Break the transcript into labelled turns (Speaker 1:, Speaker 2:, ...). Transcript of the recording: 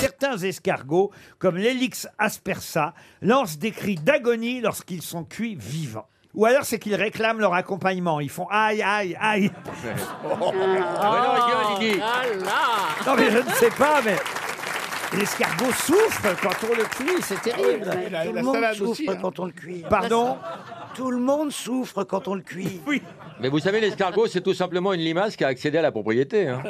Speaker 1: certains escargots, comme l'Helix aspersa, lancent des cris d'agonie lorsqu'ils sont cuits vivants. Ou alors c'est qu'ils réclament leur accompagnement. Ils font aïe, aïe, aïe. Non mais je ne sais pas, mais l'escargot souffre quand on le cuit, c'est terrible.
Speaker 2: la- la
Speaker 3: tout le monde
Speaker 2: salade
Speaker 3: souffre
Speaker 2: aussi, hein.
Speaker 3: quand on le cuit.
Speaker 1: Pardon
Speaker 3: Bah, Tout le monde souffre quand on le cuit.
Speaker 1: Oui.
Speaker 4: Mais vous savez, l'escargot, c'est tout simplement une limace qui a accédé à la propriété. hein.